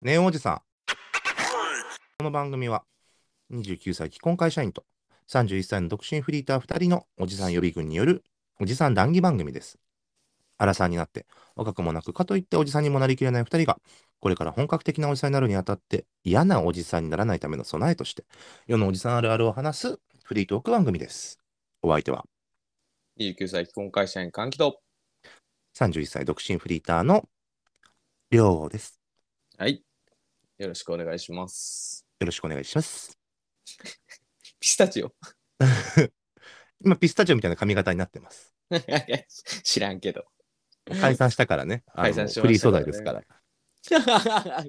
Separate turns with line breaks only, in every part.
ネオおじさん。この番組は、29歳既婚会社員と31歳の独身フリーター2人のおじさん予備軍によるおじさん談義番組です。アラサーになって若くもなくかといっておじさんにもなりきれない2人が、これから本格的なおじさんになるにあたって嫌なおじさんにならないための備えとして、世のおじさんあるあるを話すフリートーク番組です。お相手は
29歳既婚会社員換気と。
31歳独身フリーターのりょうです。
はい。よろしくお願いします。
よろしくお願いします。
ピスタチオ
今、ピスタチオみたいな髪型になってます。
知らんけど。
解散したからね。あの
解散しましたから
フ
ね
リー素材ですから。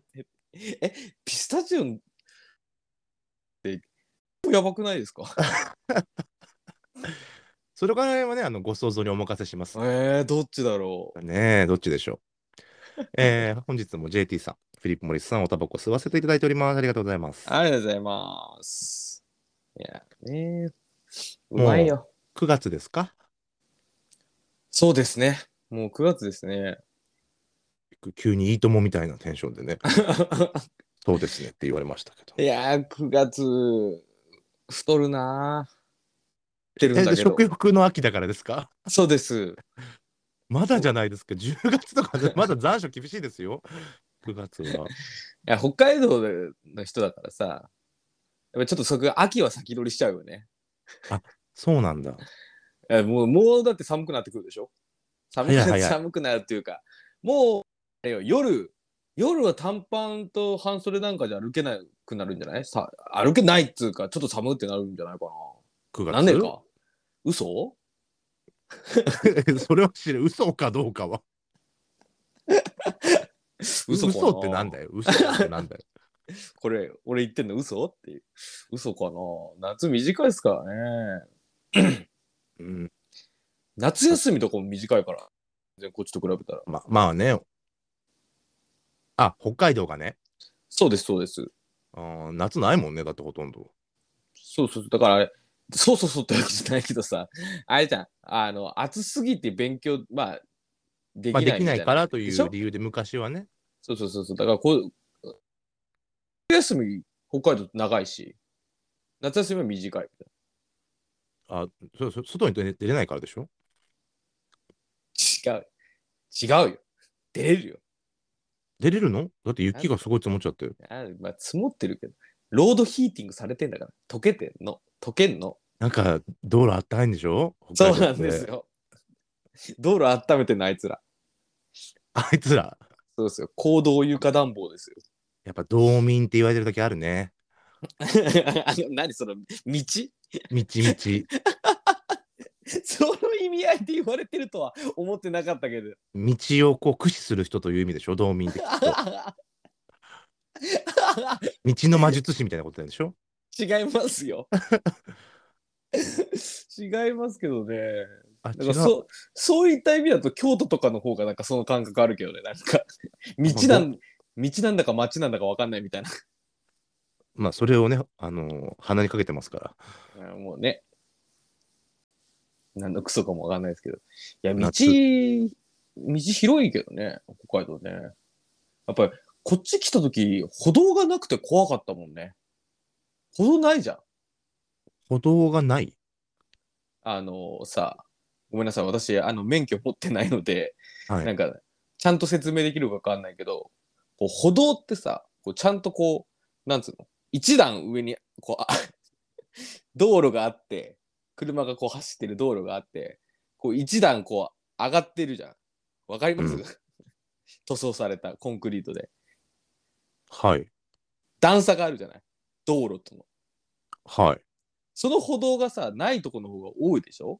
え、ピスタチオって、やばくないですか
それからはね、あのご想像にお任せします。
えー、どっちだろう。
ねえ、どっちでしょう。えー、本日も JT さん、フィリップ・モリスさん、おタバコ吸わせていただいております。ありがとうございます。
ありがとうございます。いや、ねう
もう
まいよ。
9月ですか
そうですね。もう9月ですね。
急にいいともみたいなテンションでね、そうですねって言われましたけど。
いやー、9月、太るなー太ってるんだ
え
けど
食。欲の秋だからですか
そうです。
まだじゃないですか、10月とか で、まだ残暑厳しいですよ、9月は。
いや北海道の人だからさやっぱりちょっとそこが秋は先取りしちゃうよね
そうなんだ。
いやもうもうだって寒くなってくるでしょ寒くな
早い早い
寒くなるっていうかもうあれよ夜夜は短パンと半袖なんかじゃ歩けなくなるんじゃないさ歩けないっつうかちょっと寒ってなるんじゃないか
9
な
月
なんでか嘘
それは知る、嘘かどうかは。
嘘かな
嘘ってなんだよ、嘘ってなんだよ。
これ俺言ってんの嘘っていう嘘かな夏短いですからね
うん
夏休みとかも短いから全然こっちと比べたら
ままあね。あ、北海道がね。
そうですそうです
あー夏ないもんね、だってほとんど。
そうそうそう、だからあれ、そうそうそうってわけじゃないけどさ、あれじゃん、あの、暑すぎて勉強、まあ、でき
ま
な
あ、
い。
できないかららとい
でしょ
う理由で昔はね。
そうそうそうそう、だからこう、夏休み、北海道長いし、夏休みは短い。
あそそ外に出れ出れないからでしょ
違う。違うよ。出れるよ。
出れるのだって雪がすごい積もっちゃって。
あまあ、積もってるけど、ロードヒーティングされてんだから、溶けてんの。溶けんの。
なんか道路あったかいんでしょ北
そう
海道
な
っ
ん
て
ですよ。道路温めてんの、あいつら。
あいつら、
そうですよ。行動床暖房ですよ。
やっぱ道民って言われてる時あるね。
何その、道
みちみ ち、
その意味合いで言われてるとは思ってなかったけど。
道をこう駆使する人という意味でしょ道民ってきっと。道の魔術師みたいなことなんで しょ
違いますよ。 違いますけどね。
あ、
な
違
ん
う
か。そうそういった意味だと京都とかの方がなんかその感覚あるけどね。なんか道なん道なんだか町なんだかわかんないみたいな。
まあ、それをね、あのー鼻にかけてますから。
うんもうね。何のクソかもわかんないですけど。いや、道、道
夏
広いけどね、北海道ね。やっぱり、こっち来た時、歩道がなくて怖かったもんね。歩道ないじゃん。
歩道がない。
あのさ、ごめんなさい、私、あの、免許持ってないので、
はい
なんか、ちゃんと説明できるかわかんないけど、こう歩道ってさ、こうちゃんとこう、なんつうの、一段上に、こう、あ 道路があって、車がこう走ってる道路があって、こう一段こう上がってるじゃん。わかります、
うん
塗装されたコンクリートで。
はい。
段差があるじゃない道路との。
はい。
その歩道がさ、ないとこの方が多いでしょ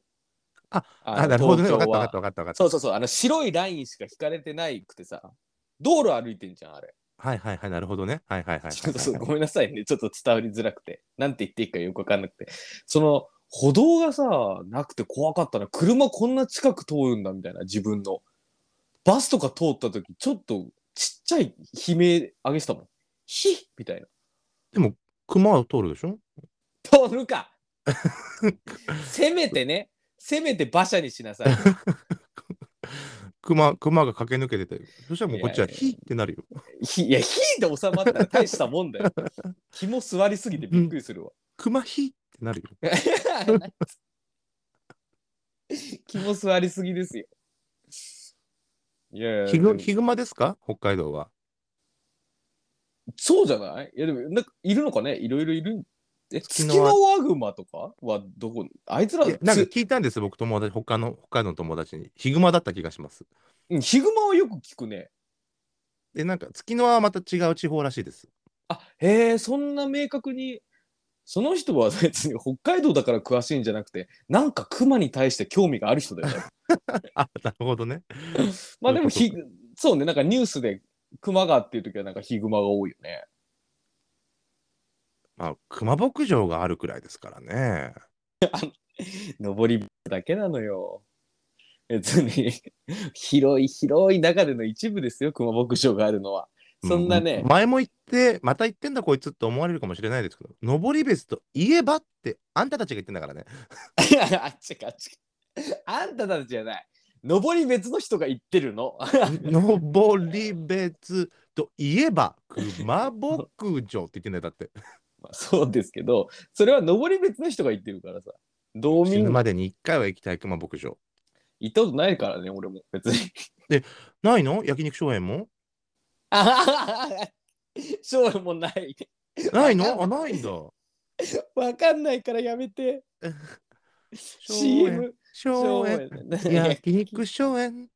あ、
あ
あ、なるほどね。分
東
かった分かっ
京は
た分かった分かった。
そうそうそう、あの白いラインしか引かれてないくてさ、道路歩いてんじゃん、あれ。
はいはいはい、なるほどね。はいはいはいはいはい。
ちょっとそうごめんなさいね、ちょっと伝わりづらくて、なんて言っていいかよくわかんなくて、その歩道がさ、なくて怖かったな、車こんな近く通るんだみたいな、自分の。バスとか通った時ちょっとちっちゃい悲鳴上げてたもん。ひっみたいな。
でも、熊は通るでしょ
通 るかせめてね、せめて馬車にしなさい。
熊、熊が駆け抜けてて、そしたらもうこっちはい
やいや
ヒーってなるよ。
ひいや、ひで収まったら大したもんだよ。肝座りすぎてびっくりするわ。
熊ヒーってなるよ。
肝座りすぎですよ。いやいや
ヒ
で
グ
も
ヒグマですか北海道は。
そうじゃないいやでもなんかいるのかねいろいろいるんえ
ツキ
ツ
ノ
キ
ワ
ノワグマとかはどこあいつら
いやなんか
つ
聞いたんです、僕友達、他の北海道の友達に。ヒグマだった気がします。
うんヒグマはよく聞くね。
で、なんか月の輪はまた違う地方らしいです。
あへえそんな明確にその人は別に北海道だから詳しいんじゃなくてなんか熊に対して興味がある人だよね。
あ、なるほどね。
まあでも
そうい
ひそうねなんかニュースで熊がっていう時はなんかヒグマが多いよね。
まあ、熊牧場があるくらいですからね。
登りだけなのよ。別に広い広い中での一部ですよ熊牧場があるのは。そんなね
う、前も言って、また言ってんだこいつって思われるかもしれないですけど、登別といえばって、あんたたちが言ってんだからね。
いや あっちかあっちか。あんたたちじゃない。登り別の人が言ってるの。
登別といえば、熊牧場って言ってんだよ、だって。
まあそうですけど、それは登り別の人が言ってるからさ。道
死
民
ぬまでに1回は行きたい熊牧場。
行ったことないからね、俺も別に。
ないの焼肉荘園 も
あはははそうもない。
ないのあ、ないんだ。
わかんないからやめて。
園
CM。
荘園。焼肉荘園。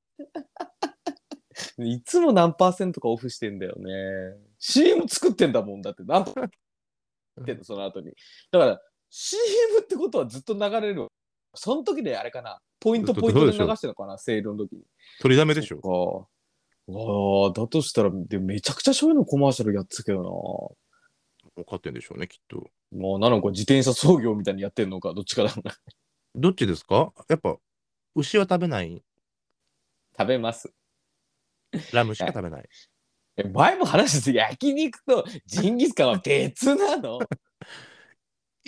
いつも何パーセントかオフしてんだよね。CM 作ってんだもんだって。何パーセントってんのその後に。だから CM ってことはずっと流れる。その時であれかな。ポイントポイントで流してるのかな、セールの時に。
取りだめでしょ。
ょ。ああ、だとしたら、でめちゃくちゃそういうのコマーシャルやってたけど
分かってんでしょうね、きっと。
な。もうなのか自転車操業みたいにやってんのか、どっちかだろ うな。
どっちですかやっぱ、牛は食べない、
食べます。
ラムしか食べない。
え前も話してた焼肉とジンギスカンは別なの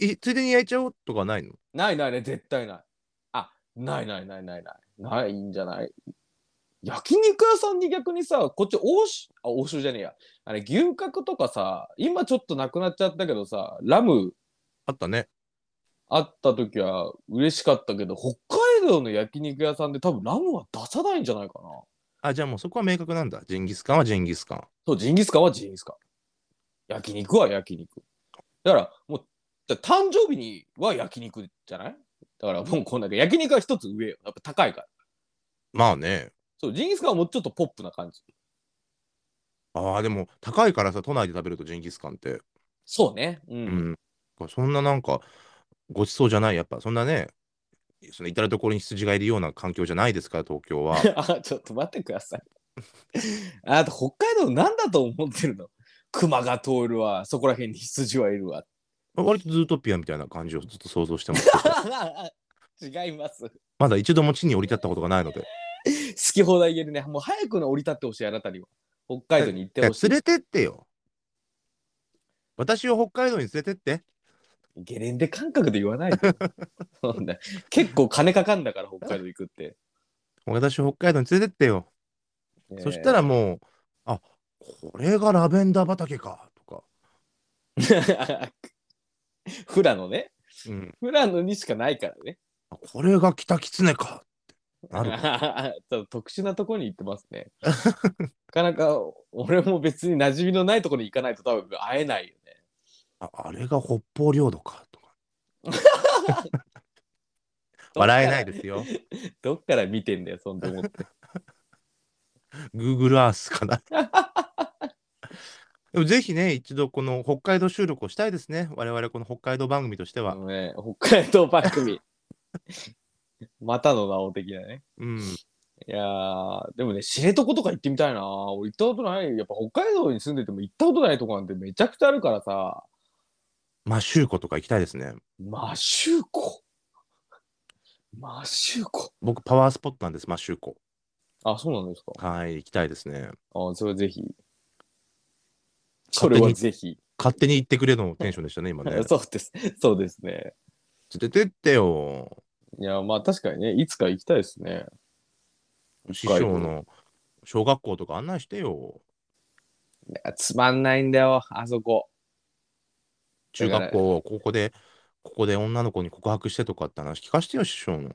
えついでに焼いちゃおうとかないの
ないないね、絶対ない。あ、ないないないないない。ないんじゃない焼肉屋さんに逆にさ、こっち欧州、あ、欧州じゃねえや。あれ、牛角とかさ、今ちょっとなくなっちゃったけどさ、ラム
あったね。
会った時は嬉しかったけど北海道の焼肉屋さんで多分ラムは出さないんじゃないかな
あ、じゃあもうそこは明確なんだ。ジンギスカンはジンギスカン。
そうジンギスカンはジンギスカン焼肉は焼肉だからもうだから誕生日には焼肉じゃないだからもうこんだけ焼肉は一つ上よやっぱ高いから
まあね。
そうジンギスカンはもうちょっとポップな感じ
ああ、でも高いからさ、都内で食べるとジンギスカンって。
そうねうん、
うん。そんななんか、ごちそうじゃない。やっぱそんなね、その至る所に羊がいるような環境じゃないですから、東京 は。
あちょっと待ってください あと北海道なんだと思ってるの熊が通るわそこら辺に羊はい るわ
割とズートピアみたいな感じをずっと想像して ます。
違います
まだ一度も地に降り立ったことがないの で。
好き放題言えるね。もう早くの降り立ってほしい、あなたには。北海道に行
い
って
や
ほしい
連。れてってよ。私を北海道に連れてって。
ゲレンデ感覚で言わ ないでそんな結構金かかんだから、北海道行くって。
私を北海道に連れてってよ。そしたらもう、あこれがラベンダー畑かとか、
ら。 富良野ね。
うん、
富良野にしかないからね。
あこれが北キツネかってなる。
ちょっと特殊なとこに行ってますね。なかなか俺も別に馴染みのないとこに行かないと多分会えないよね。
ああれが北方領土かとか。 笑えない
で。
ですよ。
どっから見てんだよ、そんな思って。
Google Earth か な。でもぜひね、一度この北海道収録をしたいですね。我々この北海道番組として
あ
は。
のね、北海道番組。またの名を的なね。
うん。
いやー、でもね、知床とか行ってみたいな。俺行ったことない。やっぱ北海道に住んでても行ったことないとこなんてめちゃくちゃあるからさ。
まあ、州湖とか行きたいですね。
マシューコ。マシューコ。
僕、パワースポットなんです、マシューコ。
あ、そうなんですか。
はい、行きたいですね。
あ、それぜひ。そ
勝
れ
手に
はぜひ。
勝手に行ってくれのテンションでしたね、今ね。連
そうです。そうですね。
れてってよ。
いや、まあ確かにね、いつか行きたいですね。
師
北海道
匠の小学校とか案内してよ。
いやつまんないんだよ、あそこ。
中学校、ここで、ここで女の子に告白してとかって話聞かせてよ、師匠の。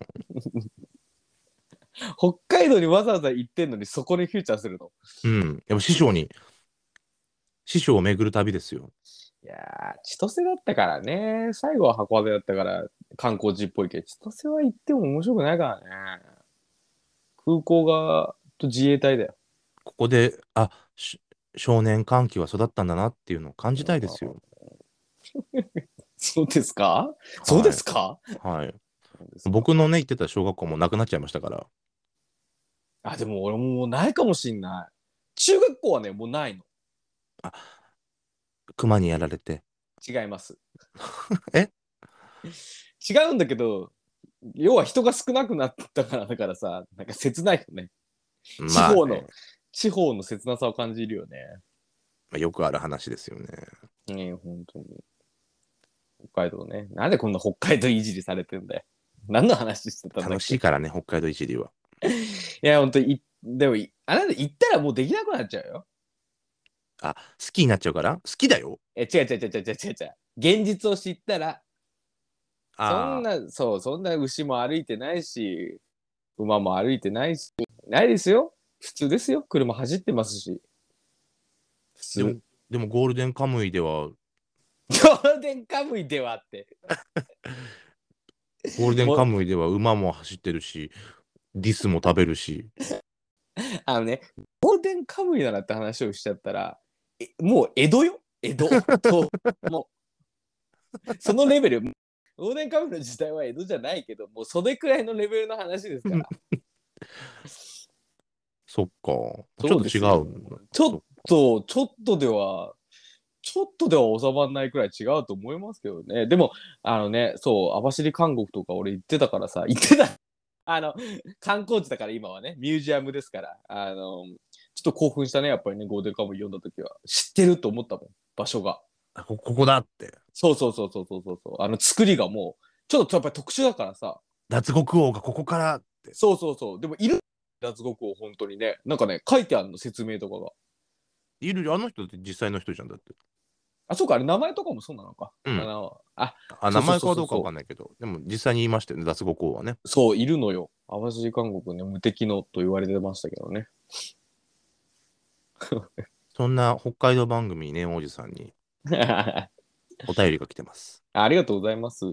北海道にわざわざ行ってんのに、そこにフューチャーするの。
うん。やっぱ師匠に、師匠を巡る旅ですよ。
いやー、千歳だったからね。最後は函館だったから、観光地っぽいけど、千歳は行っても面白くないからね。空港が、と自衛隊だよ。
ここで、あ、し少年歓喜は育ったんだなっていうのを感じたいですよ。
そうですかそうですか
はい。僕のね、行ってた小学校もなくなっちゃいましたから。
あ、でも俺ももうないかもしんない。中学校はね、もうないの。
熊にやられて。
違います。
え
違うんだけど、要は人が少なくなったからだからさ、なんか切ないよね。地
まあね、
方の、地方の切なさを感じるよね。
まあよくある話ですよね。
ねえ、本当に。北海道ね。なんでこんな北海道いじりされてんだよ。何の話してたんだっけ
楽しいからね、北海道いじりは。
いや、本当に、いでもい、あなた行ったらもうできなくなっちゃうよ。
あ、好きになっちゃうから好きだよ。
え、違う違う違う違う違う違う。現実を知ったら、そ
あ
ん
ー
な、そう、そんな牛も歩いてないし、馬も歩いてないし、ないですよ。普通ですよ。車走ってますし。普
でも
通。
でもゴールデンカムイでは、ゴ
ゴールデンカムイではって。
ールデンカムイでは馬も走ってるし、ディスも食べるし。
あのね、ゴールデンカムイだなって話をしちゃったら、えもう江戸よ 江戸と、もう、そのレベル、ゴールデンカムイの時代は江戸じゃないけど、もうそれくらいのレベルの話ですから。
そっか。ちょっ
そう
と
です
違
よ
う。
ちょっと、ちょっとでは、ちょっとでは収まらないくらい違うと思いますけどね。でも、あのね、そう、網走監獄とか俺行ってたからさ、行ってた。あの、観光地だから今はね、ミュージアムですから、あの、ちょっと興奮したね、やっぱりね、ゴールデンカムイ読んだ時は。知ってると思ったもん、場所が。
あこここだって。
そうそうそうそうそうそうそう。あの、作りがもう、ちょっとやっぱり特殊だからさ、
脱獄王がここから。
そうそうそう。でも、いる脱獄を本当にね、なんかね、書いてあるの、説明とかが。
いるよあの人って実際の人じゃんだって。
あ、そうか、あれ名前とかもそうなのか。
うん
あの、あ、
あ、
そ
名
うそうそ
前かはど
うそう
うかわかんないけど、でも実際に言いましたよね、脱獄王はね。
そう、いるのよ。網走韓国ね、無敵のと言われてましたけどね。
そんな北海道番組ね、王子さんにお便りが来てます。
ありがとうございます。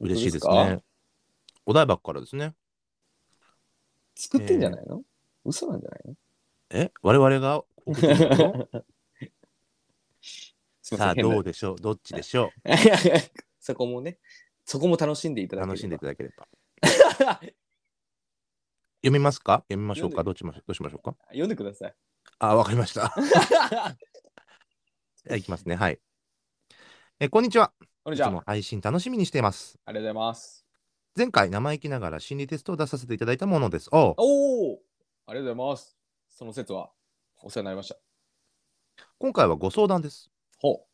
嬉しいです
本当
ね。お台場からですね。
作ってんじゃないの、嘘なんじゃないの
え我々が送って るの
すい
さ
ま
あ、
せん。
どう
変
でしょうどっちでしょ
な そこもね、そこも楽しんでいた
う
だければ
楽しんでいただければ。
読
読みますか読みましょうか
読
ど
んで
っちまどうしましょうか
んでくだ さい。
あ、わかりました。いきますね。はい。え、こんにちは。
こん
い
に
つ
ちは。あ
も配信楽しみにしています。
りがとうございます。
前回、生意気ながら心理テストを出させていただいたものです。おう
おおありがとうございます。その説は、お世話になりました。
今回はご相談です。
ほ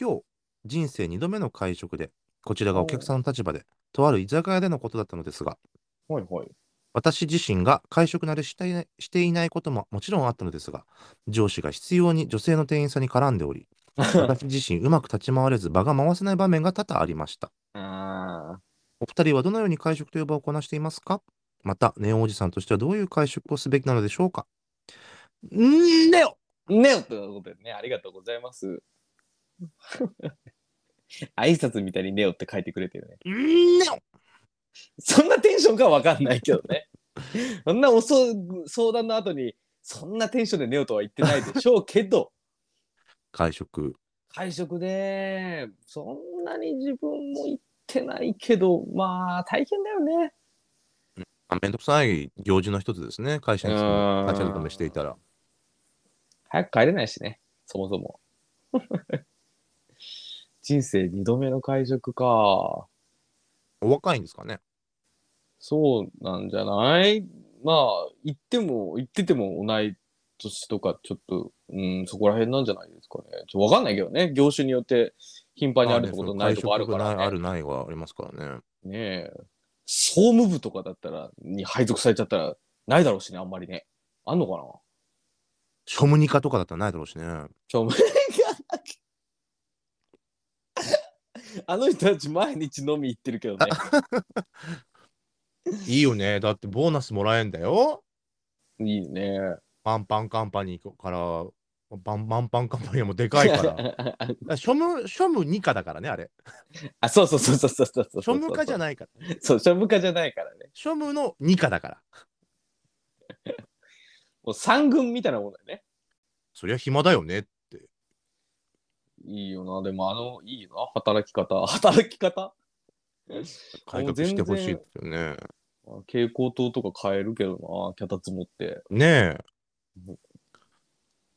今日、人生2度目の会食で、こちらがお客さんの立場で、とある居酒屋でのことだったのですが、
う。はいはい。
私自身が会食慣れしていないしていないことももちろんあったのですが、上司が必要に女性の店員さんに絡んでお り、私自身うまく立ち回れず場が回せない場面が多々ありました。
あ
お二人はどのように会食という場をこなしていますかまた、ネオおじさんとしてはどういう会食をすべきなのでしょうかんネオ
ーねえということでね、ありがとうございます。 挨拶みたいにネオって書いてくれてるね。
んネオ
そんなテンションかわかんないけどね。そんなおそ相談の後に、そんなテンションでネオとは言ってないでしょうけど、
会食。
会食で、そんなに自分も行ってないけど、まあ大変だよね。
あめんどくさい行事の一つですね。会社に勤
うーん
め会社勤めしていたら。
早く帰れないしね、そもそも。 人生2度目の会食か。
お若いんですかね
そうなんじゃないまあ、行っても、行ってても同い年とか、ちょっと、うん、そこら辺なんじゃないですかね。ちょわかんないけどね、業種によって頻繁にあるとことないとこあるか
まあねその会食ないあ
らね。
るないはありますからね。
ねえ。総務部とかだったら、に配属されちゃったら、ないだろうしね、あんまりね。あんのかな
ショムニカとかだったらないだろうしね。
ちょ、お前 が。あの人たち毎日飲み行ってるけど ね。
いいよね。だってボーナスもらえんだよ。
いいね。
パンパンカンパニーから、パンパンパンカンパニーはもうでかい から。だからショム、ショムニカだからね、あれ。
あ、そうそうそうそうそうそうそう。
ショムカじゃ
ない。
ないから。
そう、庶務家じゃないからね。
ショムのニカだから。
もう三軍みたいなもんだよね。
そりゃ暇だよね。
いいよな。でも、あの、いいよな。働き方。 働き方
改革してほしいですよね。
蛍光灯とか変えるけどな。脚立持って。
ねえ。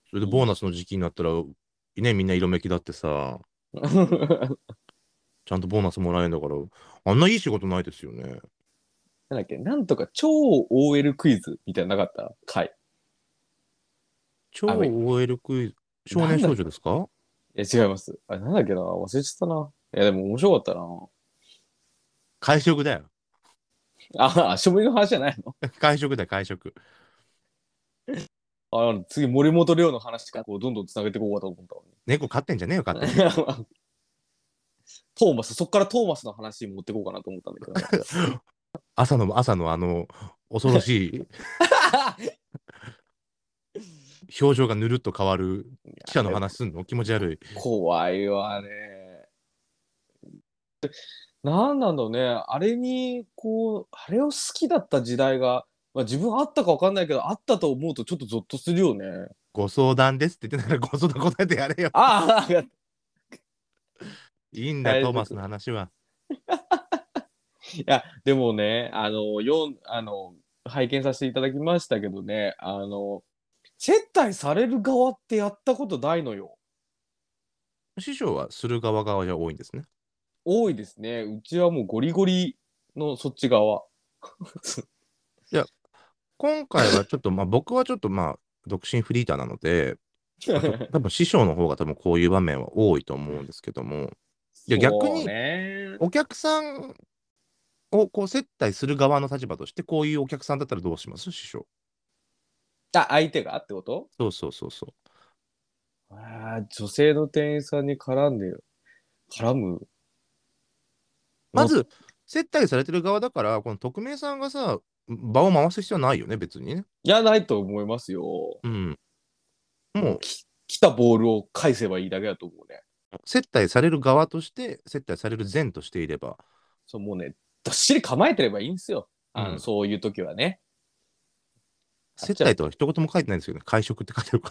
それでボーナスの時期になったら、ね、みんな色めきだってさ、ちゃんとボーナスもらえるんだから、あんないい仕事ないですよね。
なんだっけ、なんとか超 OL クイズみたいなのなかった回。
超
あ
OL クイズ、少年少女ですか
え、違います。あれ、なんだっけな。忘れちゃったな。いや、でも面白かったな。
会食だよ。
ああ、書類の話じゃないの
会食だよ、会食。
あ次、森本亮の話からこうどんどんつなげていこうかと思ったのに。
猫飼ってんじゃねえよ、飼 ってん。
トーマス、そこからトーマスの話に持ってこうかなと思ったんだけどね、
朝の、朝のあの、恐ろしい表情がぬるっと変わる記者の話すんの気持ち悪い。
怖いわね。なんなんだろうね、あれに、こう、あれを好きだった時代が、まあ、自分あったか分かんないけど、あったと思うとちょっとゾッとするよね。
ご相談ですって言ってたらご相談答えてやれよ。
ああ、
いいんだよ、トーマスの話は。
いや、でもね、あの、よん、あの、拝見させていただきましたけどね、あの、接待される側ってやったことないのよ。
師匠はする側側じゃ多いんですね。
多いですね。うちはもうゴリゴリのそっち側。
今回はちょっと、まあ僕はちょっとまあ、独身フリーターなので、多分師匠の方が多分こういう場面は多いと思うんですけども、いや逆に
そうね
お客さんをこう接待する側の立場として、こういうお客さんだったらどうします師匠。
あ、相手がってこと
そうそうそうそう。
あー女性の店員さんに絡んでる。絡む
まず、接待されてる側だから、この匿名さんがさ、場を回す必要はないよね、別にね。
いや、ないと思いますよ。
うん。もう、
き来たボールを返せばいいだけだと思うね。
接待される側として、接待される前としていれば、
そうもうね、どっしり構えてればいいんですよ。あの
うん
そういう時はね。
接待とは一言も書いてないんですけどね、会食って書いてあるか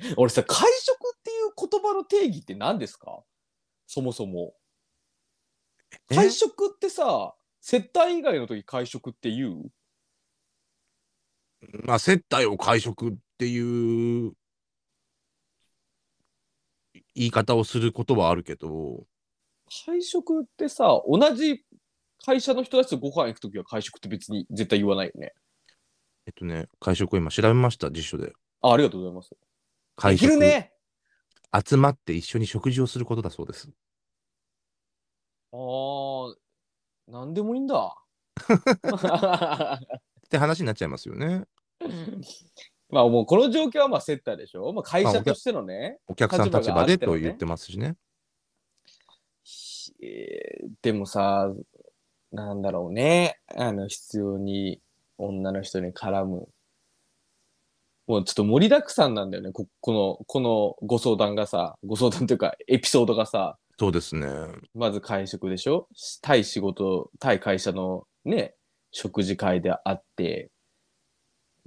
ら。
俺さ、会食っていう言葉の定義って何ですかそもそも。
え
会食ってさ、接待以外の時会食って言う
まあ、接待を会食っていう言い方をすることはあるけど、
会食ってさ、同じ会社の人たちとご飯行く時は会食って別に絶対言わないよね。
えっとね、会食を今調べました、辞書で。
あありがとうございます。
会
でき
食、
るね
集まって一緒に食事をすることだそうです。
ああ、なんでもいいんだ。
って話になっちゃいますよね。
まあもうこの状況はまあ接待でしょ、まあ、会社としてのね。
お客さん立場で
立場があっても
と
ね
言ってますしね。
えーでもさ、なんだろうね。あの、必要に女の人に絡む。もうちょっと盛りだくさんなんだよね。こ、この、このご相談がさ、ご相談というかエピソードがさ、
そうですね。
まず会食でしょ対仕事、対会社のね、食事会であって、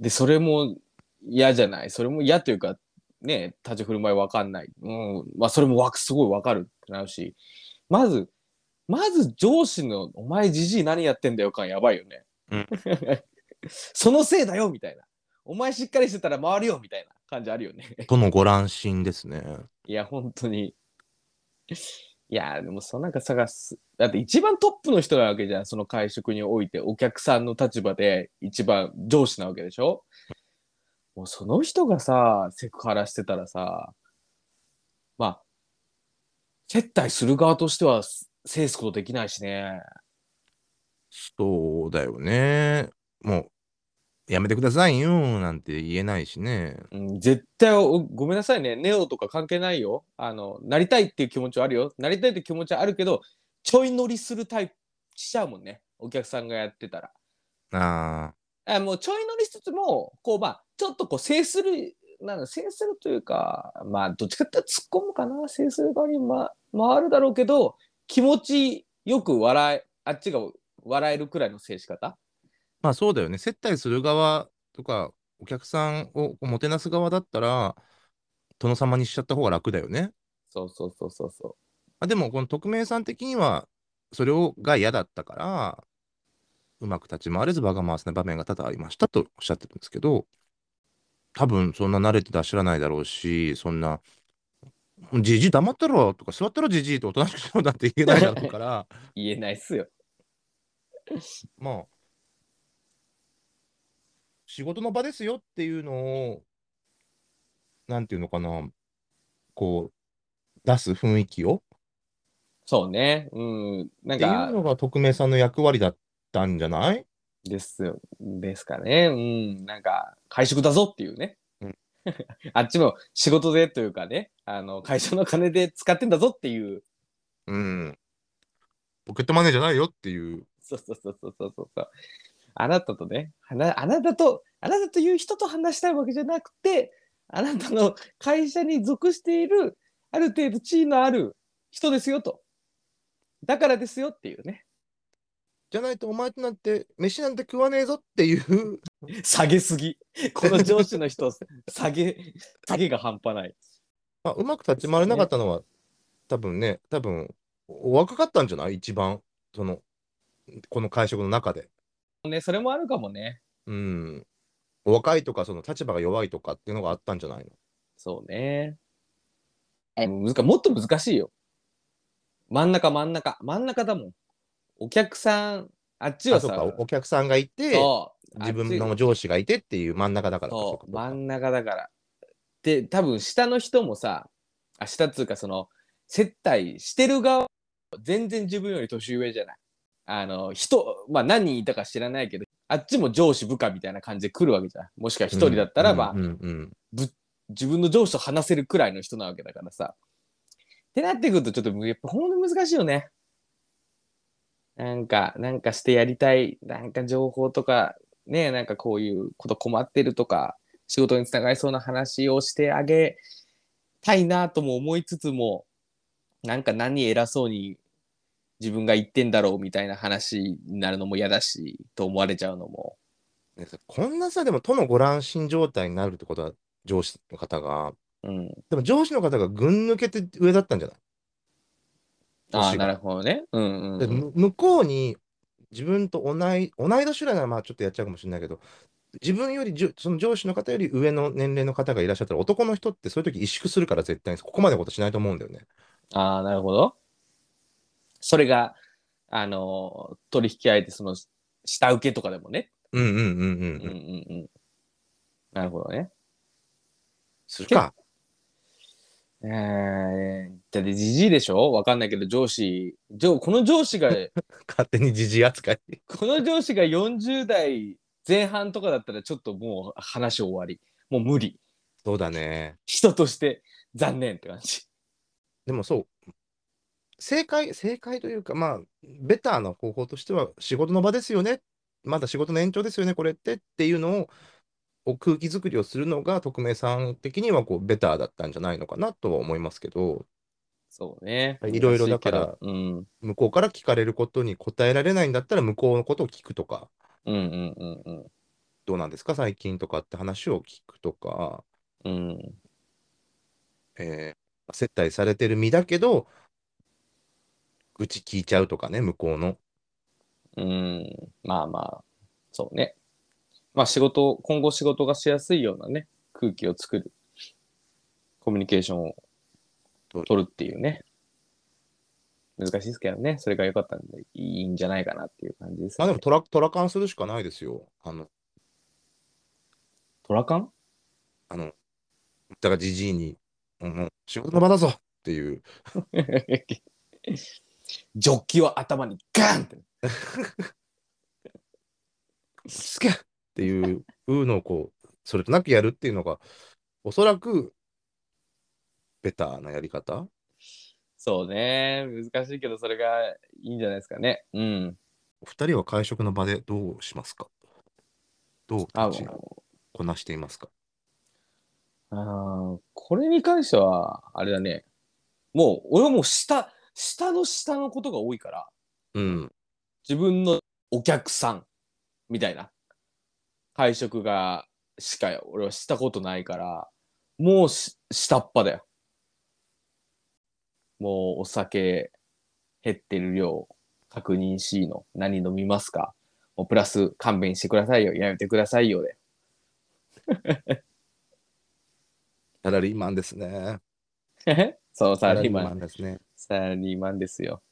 で、それも嫌じゃないそれも嫌というか、ね、立ち振る舞いわかんない。うん、まあ、それもわ、すごいわかるってなるし、まず、まず上司の、お前じじい何やってんだよ感やばいよね。
うん
そのせいだよみたいな。お前しっかりしてたら回るよみたいな感じあるよね。
とのご乱心ですね。
いや、本当に。いや、でも、そのなんか探す。だって一番トップの人なわけじゃん。その会食において、お客さんの立場で一番上司なわけでしょもうその人がさ、セクハラしてたらさ、まあ、接待する側としては制すことできないしね。
そうだよね。もう、やめてくださいよ、なんて言えないしね。
うん、絶対おごめんなさいねネオとか関係ないよあのなりたいっていう気持ちはあるよなりたいって気持ちはあるけどちょい乗りするタイプしちゃうもんねお客さんがやってたら
あ
あもうちょい乗りしつつもこうまあちょっとこう制するなんだ制するというかまあどっちかっていうと突っ込むかな制する側に、ま、回るだろうけど気持ちよく笑いあっちが笑えるくらいの制し方
まあそうだよね。接待する側とか、お客さんをもてなす側だったら、殿様にしちゃった方が楽だよね。
そうそうそうそうそう
まあ、でも、この匿名さん的には、それをが嫌だったから、うまく立ち回れず場が回せない場面が多々ありましたとおっしゃってるんですけど、多分そんな慣れてらっしゃらないだろうし、そんな、じじい黙ったろとか、座ったろじじいっておとなしくしろなんて言えないだろうから、
言えないっすよ
まあ、仕事の場ですよっていうのを、なんていうのかな、こう、出す雰囲気を
そうねうんな
っ
ん
てい
か
うのが匿名さんの役割だったんじゃない
ですよ、ですかね。うん、なんか、会食だぞっていうね。
うん
あっちも仕事でというかね、あの、会社の金で使ってんだぞっていう。
うん。ポケットマネーじゃないよっていう。
そうそうそうそうそうそう。あなたとね、はなあなたと、あなたという人と話したいわけじゃなくて、あなたの会社に属している、ある程度地位のある人ですよと。だからですよっていうね。
じゃないとお前となんて飯なんて食わねえぞっていう。
下げすぎ。この上司の人、下げ、下げが半端ない。
まあ、うまく立ち回れなかったのは、多分ね、多分お若かったんじゃない一番、その、この会食の中で。
ね、それもあるかもね。
うん。お若いとか、その立場が弱いとかっていうのがあったんじゃないの
そうね。え、難かもっと難しいよ。真ん中真ん中。真ん中だもん。お客さん、あっちは
あ
さ、
そうかおお客さんがいて、
そう
自分
あっ
の
ち
上司がいてっていう真ん中だからかそう
そ、
かそううか
真ん中だから。で、多分下の人もさ、あ、下っつうかその、接待してる側、全然自分より年上じゃない。あの、人、まあ何人いたか知らないけど、あっちも上司部下みたいな感じで来るわけじゃん。もしくは一人だったらば、
うんうんうん
自分の上司と話せるくらいの人なわけだからさ。ってなってくるとちょっとやっぱほんと難しいよね。なんか、なんかしてやりたい、なんか情報とか、ね、なんかこういうこと困ってるとか、仕事につながりそうな話をしてあげたいなとも思いつつも、なんか何偉そうに自分が言ってんだろうみたいな話になるのも嫌だし、と思われちゃうのも。
ねさこんなさ、でも、都のご乱心状態になるってことは、上司の方が、
うん。
でも上司の方が群抜けて上だったんじゃない
ああ、
年
な
が
るほどね。うんうん、う
で
ん。
む向こうに自分と同い同い年ぐらいならまあちょっとやっちゃうかもしれないけど自分よりじゅその上司の方より上の年齢の方がいらっしゃったら男の人ってそういう時萎縮するから絶対にここまでのことしないと思うんだよね。
ああ、なるほど。それが、あのー、取引相手、その、下請けとかでもね。
うんうんうんう
う
ん、
ん
う
うん
ん、
うん。なるほどね。
するか。
えー、だってじじいでしょわかんないけど、上司、上この上 司が、
勝手にじじい扱い。
この上司が40代前半とかだったら、ちょっともう話終わり。もう無理。
そうだね。
人として残念って感じ。
でもそう。正解、正解というか、まあ、ベターな方法としては、仕事の場ですよね。まだ仕事の延長ですよね、これってっていうのを、お空気作りをするのが、匿名さん的には、こう、ベターだったんじゃないのかなとは思いますけど、
そうね。
いろいろだから
難しいけど。うん。
向こうから聞かれることに答えられないんだったら、向こうのことを聞くとか、
うんうんうんうん。
どうなんですか、最近とかって話を聞くとか、
うん、
えー接待されてる身だけど、愚痴聞いちゃうとかね、向こうの。
うん、まあまあ、そうね。まあ仕事、今後仕事がしやすいようなね、空気を作る、コミュニケーションを取るっていうね。難しいですけどね、それが良かったんで、いいんじゃないかなっていう感じです、
まあで
ね
も。トラ、トラカンするしかないですよ。あの、
トラカン
あの、だからじじいに、うんうん、仕事の場だぞっていう、
ジョッキを頭にガンって。
落ち着けっていううのをこう、それとなくやるっていうのが、おそらく、ベターなやり方
そうね。難しいけど、それがいいんじゃないですかね。うん。
お二人は会食の場でどうしますかどう
あ
立ちこなしていますか
あーこれに関しては、あれだね。もう、俺はもう下、下の下のことが多いから、
うん。
自分のお客さん、みたいな、会食が、しか俺はしたことないから、もうし下っ端だよ。もうお酒減ってる量確認しの何飲みますかもうプラス勘弁してくださいよやめてくださいよで
サラリーマンですね。
そう、サラリーマ
サ
ン。
ですね。
サラリーマンですよ。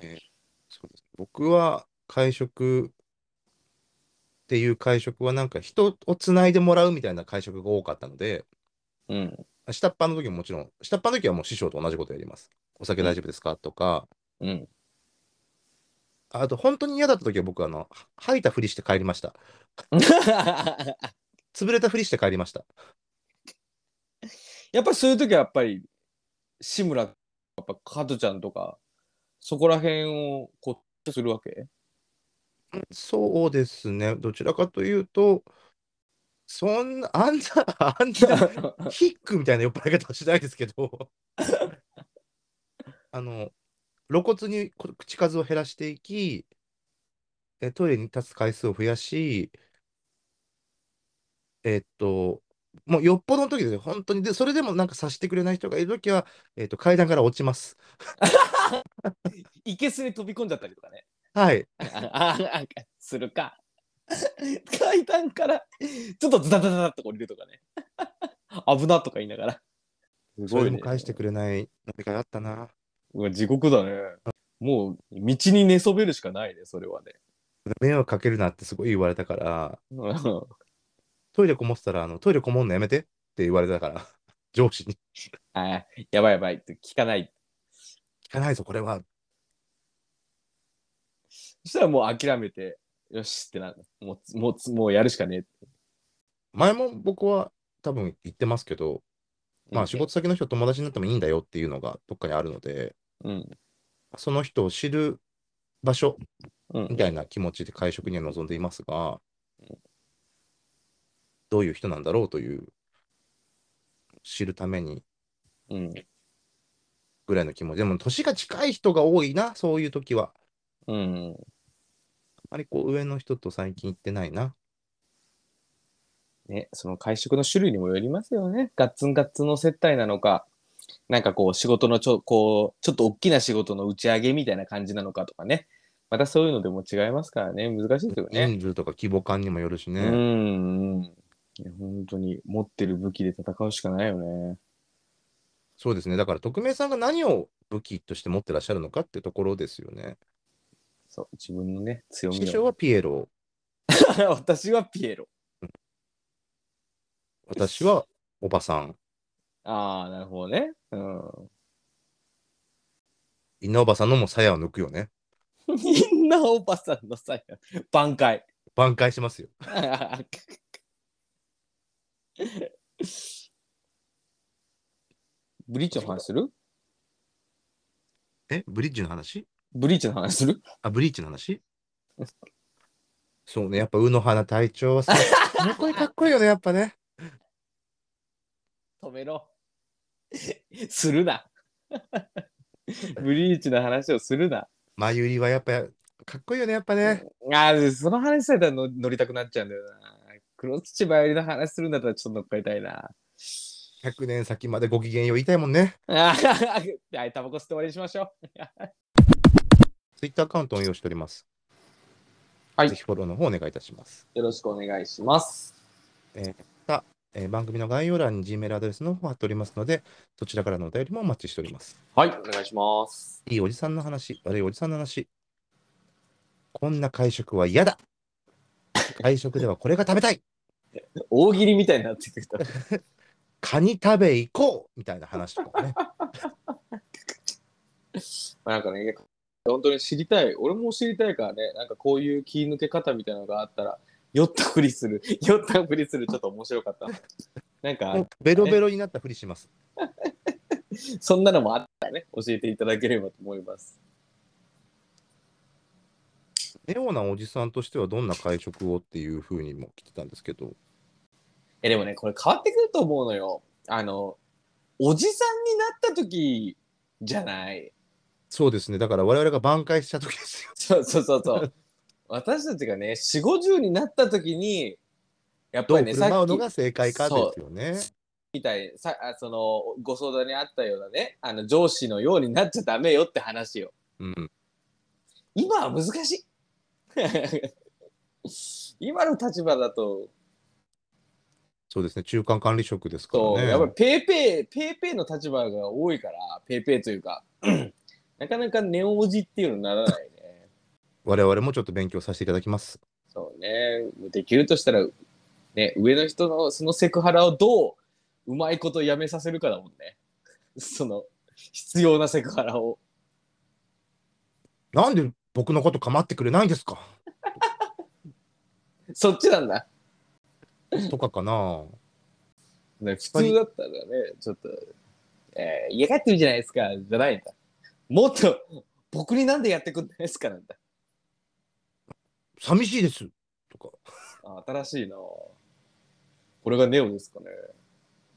そうです僕は会食っていう会食はなんか人をつないでもらうみたいな会食が多かったので、
うん。
下っ端の時ももちろん、下っ端の時はもう師匠と同じことやります。お酒大丈夫ですかとか、
うん。
あと本当に嫌だった時は僕あの、は吐いたふりして帰りました。潰れたふりして帰りました。
やっぱりそういう時はやっぱり、志村、やっぱ加トちゃんとか、そこら辺をこう、するわ け
そうですね。どちらかというと、そんな、あんな、あんな、ヒックみたいな酔っ払い方はしないですけど、あの、露骨にこ口数を減らしていき、えトイレに立つ回数を増やし、えっと、もうよっぽどの時ですよ、本当に。で、それでもなんか察してくれない人がいる時は、えっと、階段から落ちます。
いけすに飛び込んじゃったりとかね。
はい。
ああ、するか。階段から、ちょっとズタズタズタっと降りるとかね。危なとか言いながら。す
それでも返してくれない飲み会あったな。
うわ地獄だね。もう、道に寝そべるしかないね、それはね。
迷惑かけるなってすごい言われたから、トイレこもってたら、あの、トイレこもんのやめてって言われたから、上司に、
あーやばいやばいって聞かない。
聞かないぞ、これは。
そしたらもう諦めて、よしってなる。もう、もう、もうやるしかねえって。
前も僕は多分言ってますけど、まあ仕事先の人友達になってもいいんだよっていうのがどっかにあるので、
うん。
その人を知る場所
うん。
みたいな気持ちで会食には臨んでいますが、どういう人なんだろうという、知るために
うん。
ぐらいの気持ち。でも年が近い人が多いな、そういう時は。
うん。
あまりこう上の人と最近行ってないな。
ね、その会食の種類にもよりますよね。ガッツンガッツンの接待なのか、なんかこう仕事のちょ、こう、ちょっと大きな仕事の打ち上げみたいな感じなのかとかね。またそういうのでも違いますからね。難しいですよね。
人数とか規模感にもよるし
う
ね。
ん。うんいや本当に持ってる武器で戦うしかないよね。
そうですね。だから、匿名さんが何を武器として持ってらっしゃるのかってところですよね。
そう、自分のね、強みを
師匠はピエロ、
私はピエロ。
私はおばさん、
ああ、なるほどね。うん。
稲おばさんのも鞘を抜くよね。
みんなおばさんのさ、挽回。
挽回しますよ。
ブリーチの話する
え、ブリッジの話
ブリーチの話する
あ、ブリーチの話そうね、やっぱ、うの花隊長は さ、かっこいいかっこいいよね、やっぱね。
止めろ。するな。ブリーチの話をするな。
まゆりはやっぱ、かっこいいよね、やっぱね。
ああ、その話されたらの乗りたくなっちゃうんだよな。黒土ばよりの話するんだったらちょっと乗っかりたい な。
100年先までご機嫌よう言いたいもんね。
あーはい、タバコ吸って終わりにしましょう。
ツイッターアカウントを用意しております。
はい
ぜひフォローの方お願いいたします。
よろしくお願いします。
えー番組の概要欄に Gmail アドレスの方貼っておりますので、そちらからのお便りもお待ちしております。
はい、お願いします。
いいおじさんの話、悪いおじさんの話。こんな会食は嫌だ。会食ではこれが食べたい。
大喜利みたいにな ってくると。
カニ食べ行こうみたいな話とか ね。
まあなんかね、本当に知りたい。俺も知りたいからね、なんかこういう気抜け方みたいなのがあったら、酔ったふりする、 酔ったふりする、ちょっと面白かった。なん
もう
か、
ベロベロになったふりします。
そんなのもあったらね、教えていただければと思います。
ネオなおじさんとしてはどんな会食をっていうふうにも来てたんですけど、
え、でもね、これ変わってくると思うのよ。あの、おじさんになった時じゃない。
そうですね、だから我々が挽回した時ですよ。
そうそうそう そう。私たちがね、四五十になった時に、やっぱり
どう振
ね、
る
さ
舞
っ
うの
き
が正解かですよね。
みたいさあそのご相談にあったようなねあの上司のようになっちゃダメよって話よ
うん、
今は難しい 今の立場だと
そうですね、中間管理職ですから
そう、
ね。
やっぱりペーペーペーペーの立場が多いからペーペーというか なかなかネオおじっていうのにならないね
我々もちょっと勉強させていただきます。
そうねできるとしたらね上の人のそのセクハラをどううまいことやめさせるかだもんねその必要なセクハラを
なんで僕のこと構ってくれないんですか
そっちなんだ
とかかな。
ね、普通だったらね、ちょっと、えー、家帰ってるじゃないですか、じゃないんだ。もっと、僕になんでやってくんないですかなんだ。
寂しいです。とか。
あ新しいなぁこれがネオですかね。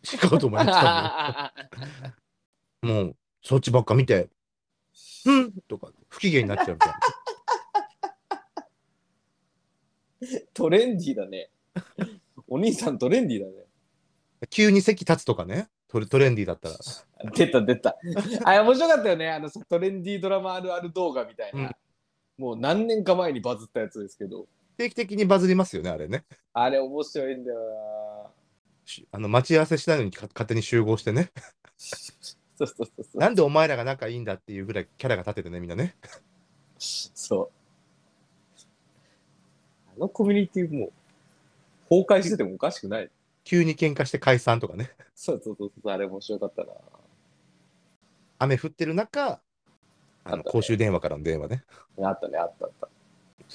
違うと思います多 分。もう、そっちばっか見て、うんとか、不機嫌になっちゃうみ たいな。
トレンディーだね。お兄さんトレンディーだね。
急に席立つとかね、トレトレンディーだったら。
出た出た。あれ面白かったよね。あのさトレンディードラマあるある動画みたいな。
うん
もう何年か前にバズったやつですけど。
定期的にバズりますよね、あれね。
あれ面白いんだよ
しあの待ち合わせしないのにか勝手に集合してね。
なぁそうそうそうそう。
なんでお前らが仲いいんだっていうぐらいキャラが立っててね、みんなね。
そう。あのコミュニティもう崩壊しててもおかしくない。
急に喧嘩して解散とかね。
そうそうそうそう、あれ面白かったな。
雨降ってる中、あ
あっ
の
たね
公衆電話からの電話ね。
あったね、あったあった。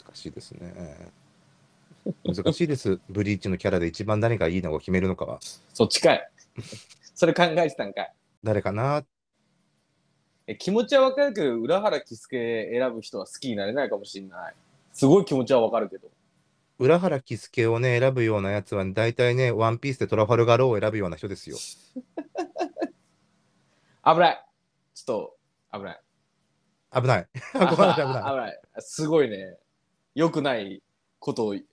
難しいですね。難しいです。ブリーチのキャラで一番誰がいいのを決めるのかは。
そっちかい。 それ考えてたんかい。
誰かな
え気持ちはわかるけど、浦原喜助選ぶ人は好きになれないかもしれない。すごい気持ちはわかるけど。
浦原喜助をね、選ぶようなやつは、ね、大体ね、ワンピースでトラファルガローを選ぶような人ですよ。
危ない。ちょっと、危ない。
危ない。 ごめんなさい危
あ
な
危ない。すごいね。良くないことを言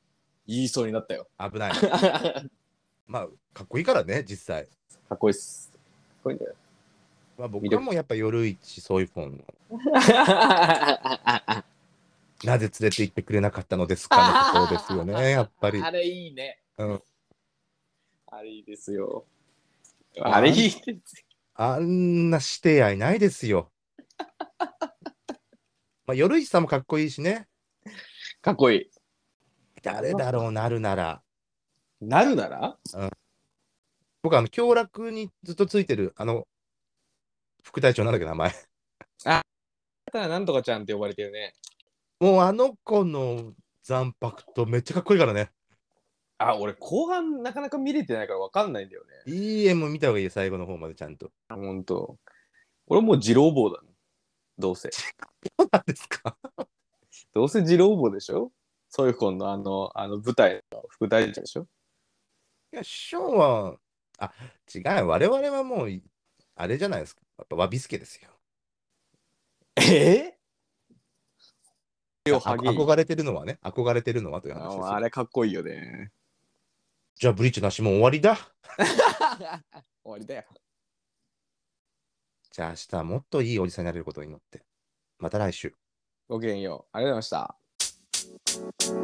いそうになったよ。
い。 危ない。
か
まあ、かっこいいからね、実際。
っこいいっす。かっこいいんだよ。
まあ、僕はもうやっぱ夜市ソイフォンの、 なぜ連れて行ってくれなかったのですかのところです よね、やっぱり
あ。れいいね。
うん
あれいいですよ。
あ
あれいいですよ。
あんなしてやいないです よ。まあ、夜市さんもかっこいいしね。
かっこいい。
誰だろうなるなら。
なるなら
僕、あの、京楽にずっとついてる、あの、副隊長なんだっけ、名前。
ただなんとかちゃんって呼ばれてるね。
もうあの子の残白とめっちゃかっこいいからね。
あ、俺後半なかなか見れてないからわかんないんだよね。
いい M 見た方がいいよ、最後の方までちゃんと。
ほんと。俺もう二郎坊だもん。どうせ。
そうなんですか
どうせ二郎坊でしょソイコンのあの、あの舞台の副大臣でしょ
いや、ショーンは、あ、違う、我々はもう、あれじゃないですか。やっぱ、わびすけですよ。
えぇ、
あ憧れてるのはね、憧れてるのはという話です
ああ
よ。
れかっこいいよね。
じゃあ、ブリッジなしもう終わりだ。
終わりだよ。
じゃあ、明日もっといいおじさんになれることを祈って。また来週。
ごきげんよう。ありがとうございました。